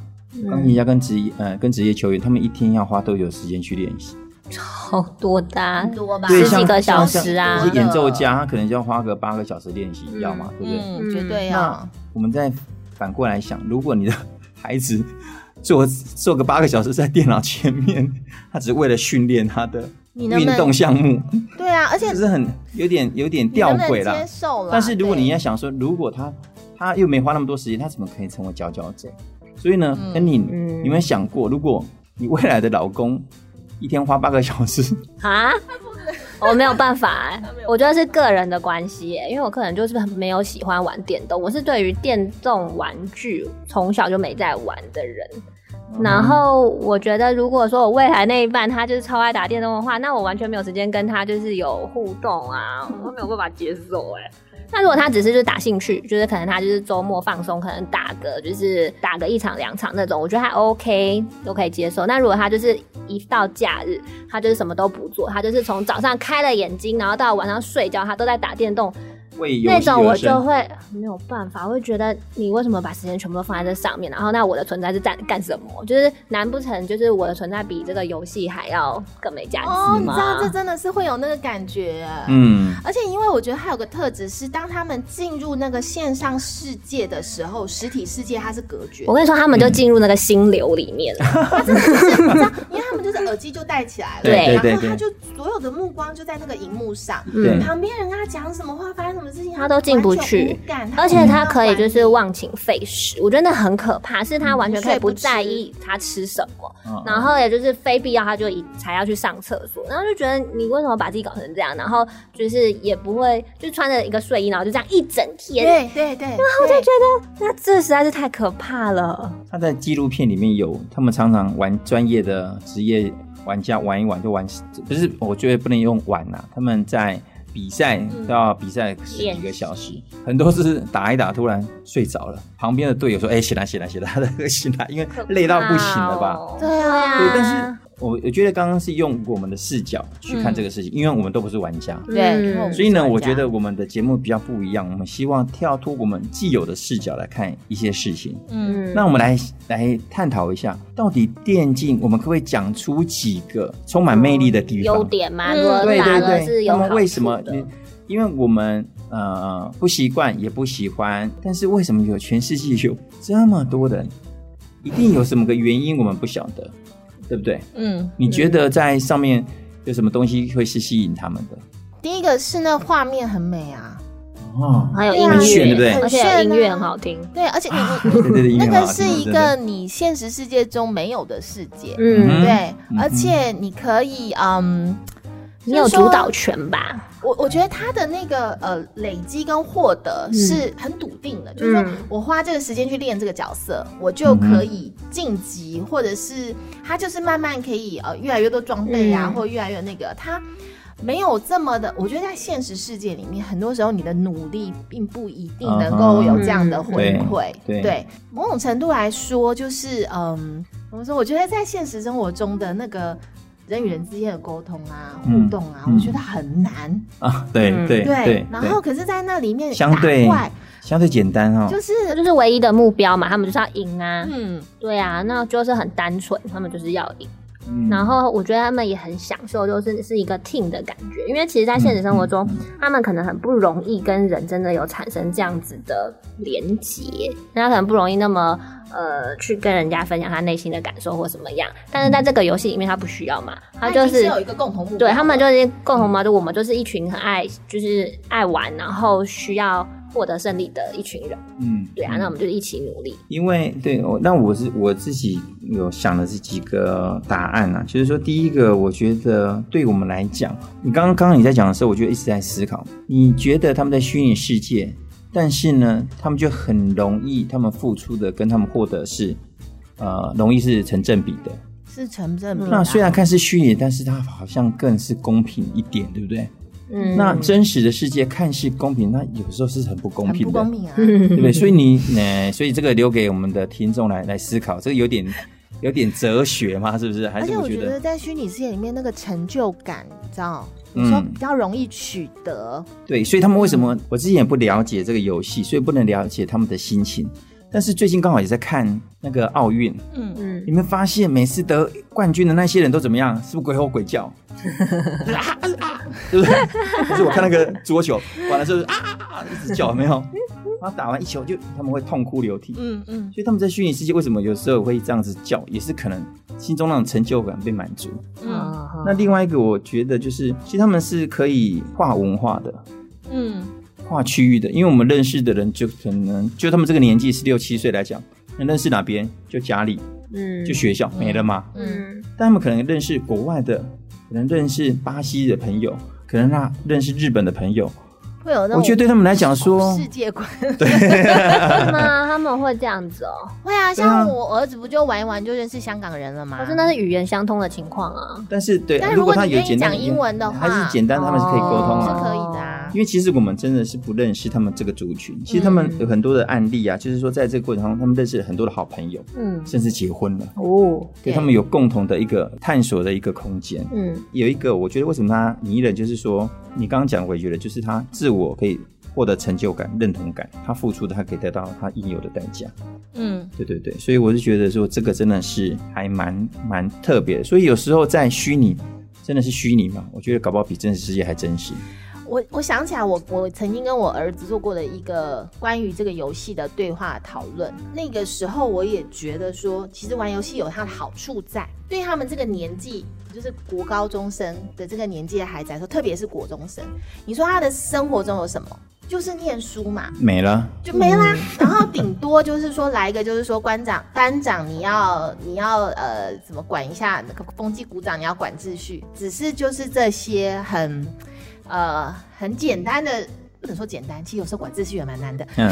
Speaker 3: 钢琴家跟职业呃跟职业球员，他们一天要花多久时间去练习？
Speaker 4: 好多的啊、
Speaker 6: 很多吧
Speaker 3: 对
Speaker 4: 十几
Speaker 3: 像
Speaker 4: 个小
Speaker 3: 像
Speaker 4: 时啊
Speaker 3: 像有些演奏家，他可能就要花个八个小时练习，
Speaker 4: 嗯
Speaker 3: 要嘛，对不对？
Speaker 5: 嗯，绝对要。
Speaker 6: 那
Speaker 3: 我们再反过来想，如果你的孩子 坐坐个八个小时在电脑前面， 他只是为了训练他的
Speaker 6: 你能不
Speaker 3: 运
Speaker 6: 能
Speaker 3: 动项目，
Speaker 6: 对啊，而且
Speaker 3: 就是很有点有点
Speaker 6: 你能
Speaker 3: 吊
Speaker 6: 不能
Speaker 3: 诡啦
Speaker 6: 接。受啦？啊
Speaker 3: 但是如果
Speaker 6: 对
Speaker 3: 你要想说，如果他他又没花那么多时间，他怎么可以成为佼佼者？所以呢，那、你
Speaker 4: 嗯
Speaker 3: 你有没有想过，如果你未来的老公一天花八个小时，
Speaker 4: 啊，我没有办法、欸，我觉得是个人的关系、欸，因为我可能就是没有喜欢玩电动，我是对于电动玩具从小就没在玩的人。然后我觉得，如果说我未来那一半他就是超爱打电动的话，那我完全没有时间跟他就是有互动啊，我没有办法接受哎、欸那如果他只是就是打兴趣，就是可能他就是周末放松，可能打个就是打个一场两场那种，我觉得还 OK，都可以接受。那如果他就是一到假日，他就是什么都不做，他就是从早上开了眼睛，然后到晚上睡觉，他都在打电动，
Speaker 3: 为游
Speaker 4: 那
Speaker 3: 戏
Speaker 4: 种我
Speaker 3: 而
Speaker 4: 就
Speaker 3: 生？
Speaker 4: 会没有办法，我会觉得你为什么把时间全部都放在这上面？然后那我的存在是干干什么？就是难不成就是我的存在比这个游戏还要更没价值吗？
Speaker 6: 哦，你知道这真的是会有那个感觉，
Speaker 3: 嗯，
Speaker 6: 而且，因为我觉得还有个特质是，当他们进入那个线上世界的时候，实体世界它是隔绝
Speaker 4: 我，跟你说，他们就进入那个心流里面
Speaker 6: 嗯
Speaker 4: 了。
Speaker 6: 因为他们就是耳机就戴起来了，
Speaker 4: 对
Speaker 3: 对
Speaker 6: 然后
Speaker 3: 对嗯
Speaker 6: 他就所有的目光就在那个荧幕上，
Speaker 3: 对
Speaker 6: 旁边人跟他讲什么话，发生什么事情，
Speaker 4: 他都进不去
Speaker 6: 完全无感
Speaker 4: 而且他可 以就是忘情废食，我觉得那很可怕，是他完全可以不在意他吃什么，
Speaker 3: 嗯
Speaker 4: 然后也就是非必要他就一才要去上厕所，然后就觉得你为什么把自己搞成这样，然后就是也不会就穿着一个睡衣，然后就这样一整天，
Speaker 6: 对对对，然后我就觉
Speaker 4: 那这实在是太可怕了。
Speaker 3: 他在纪录片里面有，他们常常玩专业的职业玩家玩一玩就玩，不是我觉得不能用玩呐、他们在比赛都要比赛十几个小时，很多是打一打突然睡着了，旁边的队友说：“哎、起来起来起来，他在醒来，因为累到不行了吧。
Speaker 4: 哦
Speaker 6: 得，对啊，
Speaker 3: 对，但是我我觉得刚刚是用我们的视角去看这个事情，因为我们都不是玩家，
Speaker 5: 对
Speaker 4: 嗯
Speaker 3: 所以呢，
Speaker 5: 玩家
Speaker 3: 我觉得我们的节目比较不一样，我们希望跳脱我们既有的视角来看一些事情。
Speaker 5: 嗯，
Speaker 3: 那我们来来探讨一下，到底电竞我们可不可以讲出几个充满魅力的地方？
Speaker 4: 优点嘛，
Speaker 5: 嗯
Speaker 4: 如果
Speaker 3: 对
Speaker 4: 打
Speaker 3: 对
Speaker 4: 了是
Speaker 3: 对，
Speaker 4: 有
Speaker 3: 那么
Speaker 4: 好处
Speaker 3: 为什么
Speaker 4: 的？
Speaker 3: 你？因为我们呃不习惯也不喜欢，但是为什么有全世界有这么多人？一定有什么个原因我们不晓得，对不对？
Speaker 5: 嗯，
Speaker 3: 你觉得在上面有什么东西会是吸引他们的？
Speaker 6: 第一个是那画面很美啊，
Speaker 3: 哦，
Speaker 4: 还有音
Speaker 6: 很
Speaker 3: 炫对不对
Speaker 4: 乐，
Speaker 6: 很
Speaker 4: 而且
Speaker 6: 炫
Speaker 4: 音乐
Speaker 6: 啊
Speaker 4: 很好听。
Speaker 6: 对，而且你
Speaker 3: 对对 对，音乐
Speaker 6: 那
Speaker 3: 很
Speaker 6: 个
Speaker 3: 好
Speaker 6: 是
Speaker 3: 听
Speaker 6: 一
Speaker 3: 啊真
Speaker 6: 个
Speaker 3: 的
Speaker 6: 你现实世界中没有的世界，
Speaker 4: 嗯，
Speaker 3: 嗯
Speaker 6: 对，
Speaker 3: 嗯
Speaker 6: 而且你可以嗯。
Speaker 4: 你有
Speaker 6: 就是说
Speaker 4: 主导权吧？
Speaker 6: 我我觉得他的那个呃累积跟获得
Speaker 3: 嗯
Speaker 6: 是很笃定的，就是说我花这个时间去练这个角色，我就
Speaker 3: 嗯
Speaker 6: 可以晋级，或者是他就是慢慢可以呃越来越多装备啊，
Speaker 4: 嗯
Speaker 6: 或者越来越那个他。没有这么的，我觉得在现实世界里面，很多时候你的努力并不一定能够有这样的回馈。
Speaker 3: 嗯对
Speaker 6: 对，某种程度来说，就是嗯，怎么说？我觉得在现实生活中的那个人与人之间的沟通啊、
Speaker 3: 嗯
Speaker 6: 互动啊，
Speaker 3: 嗯
Speaker 6: 我觉得很难。
Speaker 3: 啊，对
Speaker 4: 嗯
Speaker 3: 对
Speaker 6: 对
Speaker 3: 对，，
Speaker 6: 然后可是，在那里面
Speaker 3: 相对
Speaker 6: 打怪
Speaker 3: 相对简单哦，
Speaker 6: 就是
Speaker 4: 这就是唯一的目标嘛，他们就是要赢啊。
Speaker 6: 嗯，
Speaker 4: 对啊，那就是很单纯，他们就是要赢。
Speaker 3: 嗯
Speaker 4: 然后我觉得他们也很享受，就是是一个 team 的感觉，因为其实，在现实生活中，
Speaker 3: 嗯
Speaker 4: 他们可能很不容易跟人真的有产生这样子的连结，那他可能不容易那么呃去跟人家分享他内心的感受或什么样。但是在这个游戏里面，他不需要嘛，他就
Speaker 6: 已经
Speaker 4: 是
Speaker 6: 有一个共同目标了，
Speaker 4: 对他们就是共同嘛，就我们就是一群很爱就是爱玩，然后需要获得胜利的一群人。
Speaker 3: 嗯，
Speaker 4: 对啊，那我们就一起努力。
Speaker 3: 因为对我，那我是我自己有想了这几个答案啊，就是说，第一个，我觉得对我们来讲，你刚刚刚刚你在讲的时候，我就一直在思考，你觉得他们在虚拟世界，但是呢，他们就很容易，他们付出的跟他们获得是，呃，容易是成正比的。
Speaker 6: 是成正比啊。
Speaker 3: 那虽然看是虚拟，但是它好像更是公平一点，对不对？
Speaker 4: 嗯
Speaker 3: 那真实的世界看似公平，那有时候是很不公
Speaker 6: 很
Speaker 3: 平
Speaker 6: 不
Speaker 3: 的，
Speaker 6: 公平啊。
Speaker 4: 嗯
Speaker 3: 对不对？所以你，呃，所以这个留给我们的听众来来思考，这个有点有点哲学嘛，是不是？还是
Speaker 6: 而且我
Speaker 3: 觉
Speaker 6: 觉得
Speaker 3: 得，
Speaker 6: 在虚拟世界里面那个成就感，你知道，
Speaker 3: 嗯
Speaker 6: 有时候比较容易取得。
Speaker 3: 对，所以他们为什么我之前也不了解这个游戏，所以不能了解他们的心情。但是最近刚好也在看那个奥运，
Speaker 5: 嗯，
Speaker 4: 嗯，
Speaker 3: 你们发现每次得冠军的那些人都怎么样？是不是鬼吼鬼叫？啊对不对？就是我看那个桌球，完了之后就是啊啊啊一直叫，有没有？然后打完一球就他们会痛哭流涕。
Speaker 5: 嗯嗯，
Speaker 3: 所以他们在虚拟世界为什么有时候会这样子叫，也是可能心中那种成就感被满足。
Speaker 5: 嗯
Speaker 3: 那另外一个，我觉得就是，其实他们是可以跨文化的、
Speaker 5: 嗯，
Speaker 3: 跨区域的，因为我们认识的人就可能就他们这个年纪是六七岁来讲，那认识哪边就家里
Speaker 4: 嗯
Speaker 3: 就学校没了嘛，
Speaker 4: 嗯
Speaker 3: 但他们可能认识国外的，可能认识巴西的朋友，可能那认识日本的朋友，
Speaker 6: 会有那种
Speaker 3: 我觉得对他们来讲说
Speaker 6: 世，界观
Speaker 4: 是吗？啊 他们会这样子哦，
Speaker 6: 会啊，
Speaker 3: 对啊
Speaker 6: 像我儿子不就玩一玩就认识香港人了吗？
Speaker 4: 可是那是语言相通哦的情况啊。
Speaker 3: 但是对，
Speaker 6: 但
Speaker 3: 如
Speaker 6: 如
Speaker 3: 果
Speaker 6: 果
Speaker 3: 他
Speaker 6: 你
Speaker 3: 有
Speaker 6: 愿意
Speaker 3: 简单
Speaker 6: 讲英文的话，
Speaker 3: 还是简单，他们是可以沟通
Speaker 6: 是
Speaker 3: 啊。
Speaker 6: 可以的啊。
Speaker 3: 因为其实我们真的是不认识他们这个族群，其实他们有很多的案例啊，就是说在这个过程中，他们认识了很多的好朋友，
Speaker 4: 嗯
Speaker 3: 甚至结婚了，
Speaker 4: 哦，
Speaker 3: 对他们有共同的一个探索的一个空间。
Speaker 4: 嗯
Speaker 3: 有一个我觉得为什么他迷人，就是说你刚刚讲，我也觉得就是他自我可以获得成就感、认同感，他付出的他可以得到他应有的代价。
Speaker 5: 嗯，
Speaker 3: 对对对，所以我是觉得说这个真的是还蛮蛮特别的，所以有时候在虚拟。真的是虚拟嘛？我觉得搞不好比真实世界还真实。
Speaker 6: 我我想起来我，我曾经跟我儿子做过的一个关于这个游戏的对话讨论。那个时候我也觉得说，其实玩游戏有它的好处在，对他们这个年纪，就是国高中生的这个年纪的孩子来说，特别是国中生，你说他的生活中有什么？就是念书嘛，
Speaker 3: 没了，
Speaker 6: 就没啦。
Speaker 3: 嗯
Speaker 6: 然后顶多就是说来一个，就是说官长、班长，你要你要呃怎么管一下那个风纪股长，你要管秩序。只是就是这些很呃很简单的，不能说简单，其实有时候管秩序也蛮难的。
Speaker 3: 嗯，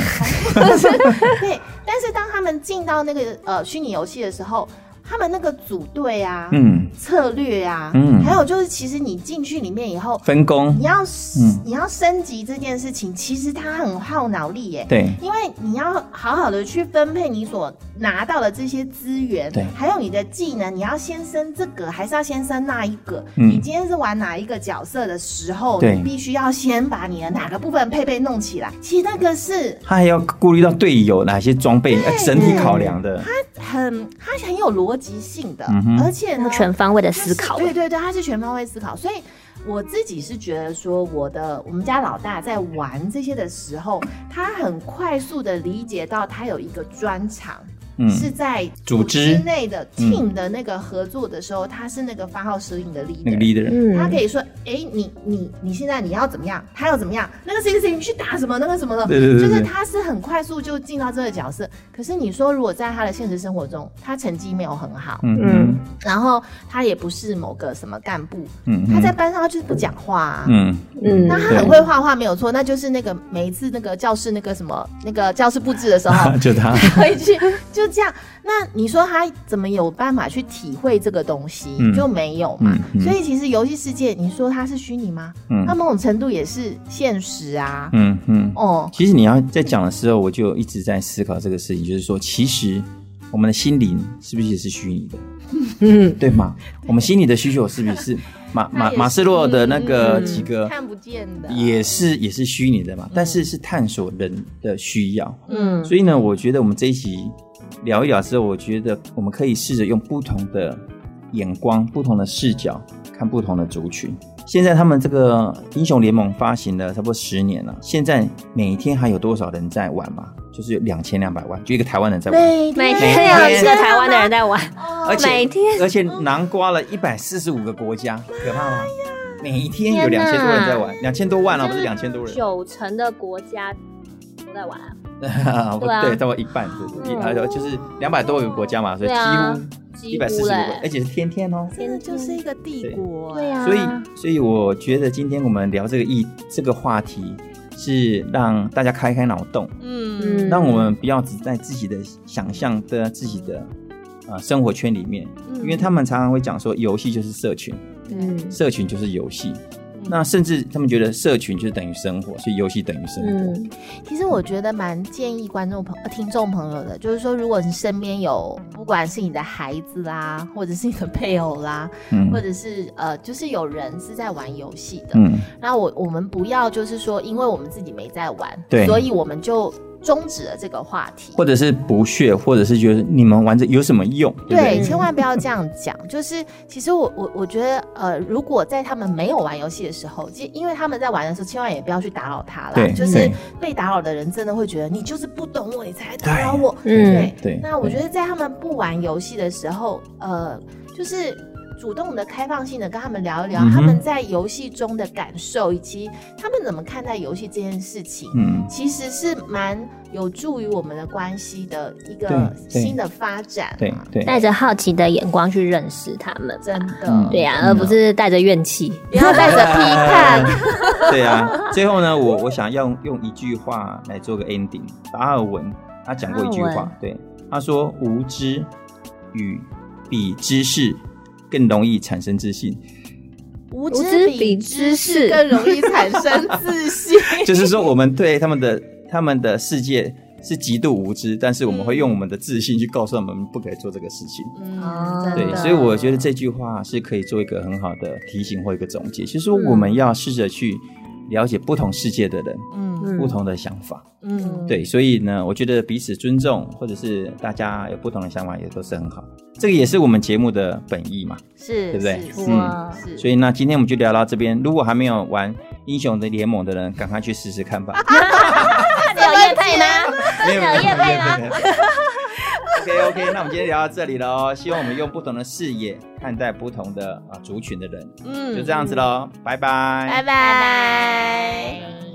Speaker 6: 对，但是当他们进到那个呃虚拟游戏的时候，他们那个组队啊、
Speaker 3: 嗯，
Speaker 6: 策略啊，
Speaker 3: 嗯
Speaker 6: 还有就是其实你进去里面以后。
Speaker 3: 分工
Speaker 6: 你，要、
Speaker 3: 嗯
Speaker 6: 你要升级这件事情，其实它很耗脑力耶。
Speaker 3: 对，
Speaker 6: 因为你要好好的去分配你所拿到的这些资源，
Speaker 3: 对
Speaker 6: 还有你的技能，你要先升这个，还是要先升那一个？
Speaker 3: 嗯
Speaker 6: 你今天是玩哪一个角色的时候，
Speaker 3: 对
Speaker 6: 你必须要先把你的哪个部分配备弄起来。其实那个是
Speaker 3: 他还要顾虑到队友哪些装备，呃整体考量的。
Speaker 6: 很，它是很有逻辑性的，
Speaker 3: 嗯哼
Speaker 6: 而且
Speaker 4: 要
Speaker 6: 呢，
Speaker 4: 全方位的
Speaker 6: 它
Speaker 4: 思
Speaker 6: 是
Speaker 4: 考。
Speaker 6: 对对对，它是全方位思考，所以。我自己是觉得说，我的我们家老大在玩这些的时候，他很快速的理解到他有一个专长，
Speaker 3: 嗯，
Speaker 6: 是在
Speaker 3: 组织
Speaker 6: 内的 team 的那个合作的时候，他是那个发号施令的
Speaker 3: 那个
Speaker 6: leader。
Speaker 3: leader，
Speaker 4: 嗯
Speaker 6: 他可以说，哎、你你你现在你要怎么样，他要怎么样，那个谁谁谁你去打什么，那个什么的，
Speaker 3: 对对对对
Speaker 6: 就是他是很快速就进到这个角色。可是你说，如果在他的现实生活中，他成绩没有很好，
Speaker 3: 嗯嗯
Speaker 6: 然后他也不是某个什么干部，
Speaker 3: 嗯，
Speaker 6: 他在班上他就是不讲话、啊，
Speaker 3: 嗯
Speaker 4: 嗯
Speaker 6: 那他很会画画没有错，那就是那个每一次那个教室那个什么那个教室布置的 时候，
Speaker 3: 嗯就他，
Speaker 6: 回去 就这样。那你说他怎么有办法去体会这个东西？
Speaker 3: 嗯
Speaker 6: 就没有嘛。
Speaker 3: 嗯嗯
Speaker 6: 所以其实游戏世界，你说它是虚拟吗？
Speaker 3: 嗯
Speaker 6: 它某种程度也是现实啊。
Speaker 3: 嗯嗯。
Speaker 6: 哦，
Speaker 3: 其实你要在讲的时候，我就一直在思考这个事情，就是说，其实我们的心灵是不是也是虚拟的？嗯，对吗？我们心里的需求是不是马马马斯洛的那
Speaker 6: 嗯
Speaker 3: 个几个
Speaker 6: 看不见的，
Speaker 3: 也是也是虚拟的嘛？但是是探索人的需要。
Speaker 6: 嗯
Speaker 3: 所以呢，我觉得我们这一集聊一聊之后，我觉得我们可以试着用不同的眼光、不同的视角看不同的族群。现在他们这个英雄联盟发行了差不多十年了，现在每天还有多少人在玩嘛？就是两千两百万，就一个台湾人在玩，
Speaker 6: 每
Speaker 5: 嗯
Speaker 4: 每
Speaker 6: 天
Speaker 4: 天有一个台湾的人在玩，
Speaker 3: 而且
Speaker 4: 每天
Speaker 3: 而且囊括了一百四十五个国家，可怕吗？每一天有两千多人在玩，两千多万啊，不是两千多人，
Speaker 4: 九成的国家都在玩啊。对 啊
Speaker 3: 对，大概一半，对，一还有就是两百多个国家嘛，所以
Speaker 4: 嗯对啊
Speaker 3: 几乎一
Speaker 4: 几
Speaker 3: 百四
Speaker 4: 乎
Speaker 3: 十个
Speaker 4: 嘞，嗯
Speaker 3: 而且是天天哦。
Speaker 6: 真的就是一个帝国、
Speaker 4: 对啊呀、
Speaker 3: 所以，所以我觉得今天我们聊这个议这个话题，是让大家开开脑洞，
Speaker 5: 嗯
Speaker 4: 嗯，
Speaker 3: 让我们不要只在自己的想象的自己的呃生活圈里面，因为他们常常会讲说，游戏就是社群，
Speaker 4: 嗯
Speaker 3: 社群就是游戏。那甚至他们觉得社群就是等于生活，所以游戏等于生活。
Speaker 4: 嗯，
Speaker 6: 其实我觉得蛮建议观众朋呃听众朋友的，就是说，如果你身边有不管是你的孩子啦，或者是你的配偶啦，
Speaker 3: 嗯
Speaker 6: 或者是呃，就是有人是在玩游戏的，
Speaker 3: 嗯，
Speaker 6: 那我我们不要就是说，因为我们自己没在玩，
Speaker 3: 对
Speaker 6: 所以我们就终止了这个话题。
Speaker 3: 或者是不屑，或者是觉得你们玩着有什么用，对不对？
Speaker 6: 对，千万不要这样讲。就是其实我我我觉得，呃，如果在他们没有玩游戏的时候，其实因为他们在玩的时候，千万也不要去打扰他啦。
Speaker 3: 对
Speaker 6: 就是
Speaker 3: 对
Speaker 6: 被打扰的人真的会觉得你就是不懂我，你才来打扰
Speaker 3: 对
Speaker 6: 我。
Speaker 4: 嗯
Speaker 6: 对
Speaker 3: 对
Speaker 6: 那我觉得在他们不玩游戏的时候，呃，就是。主动的、开放性的跟他们聊一聊
Speaker 3: 嗯哼
Speaker 6: 他们在游戏中的感受，以及他们怎么看待游戏这件事情。
Speaker 3: 嗯，
Speaker 6: 其实是蛮有助于我们的关系的一个
Speaker 3: 对对
Speaker 6: 新的发展、啊。
Speaker 3: 对对。
Speaker 4: 带着好奇的眼光去认识他们吧，
Speaker 6: 真的，
Speaker 3: 嗯
Speaker 4: 对呀、啊
Speaker 3: 真的
Speaker 4: 而不是带着怨气。
Speaker 6: 不要带着批 判。
Speaker 3: 对啊，最后呢，我我想要用用一句话来做个 ending。达尔文他讲过一句
Speaker 4: 达尔
Speaker 3: 话
Speaker 4: 文，
Speaker 3: 对他说：“无知与比知识更容易产生自信。
Speaker 6: 无
Speaker 4: 知
Speaker 6: 知
Speaker 4: 比
Speaker 6: 比
Speaker 4: 知
Speaker 6: 知
Speaker 4: 识
Speaker 6: 识更容易产生自信。”
Speaker 3: 就是说，我们对他们的他们的世界是极度无知，但是我们会用我们的自信去告诉他们不可以做这个事情。
Speaker 6: 嗯，真的
Speaker 3: 对，所以我觉得这句话是可以做一个很好的提醒或一个总结，就是说我们要试着去了解不同世界的人，
Speaker 5: 嗯
Speaker 4: 嗯
Speaker 3: 不同的想法。
Speaker 6: 嗯，
Speaker 3: 对，所以呢，我觉得彼此尊重，或者是大家有不同的想法，也都是很好。这个也是我们节目的本意嘛。
Speaker 6: 是，
Speaker 3: 对不对
Speaker 6: 是
Speaker 3: 嗯
Speaker 6: 是，
Speaker 3: 所以那今天我们就聊到这边。如果还没有玩英雄的联盟的人，赶快去试试看吧。
Speaker 4: 有叶配吗？
Speaker 3: 没有
Speaker 4: 有业配吗
Speaker 3: OK OK，那我们今天聊到这里喽。希望我们用不同的视野看待不同的啊族群的人，
Speaker 6: 嗯
Speaker 3: 就这样子喽，拜拜，
Speaker 6: 拜拜。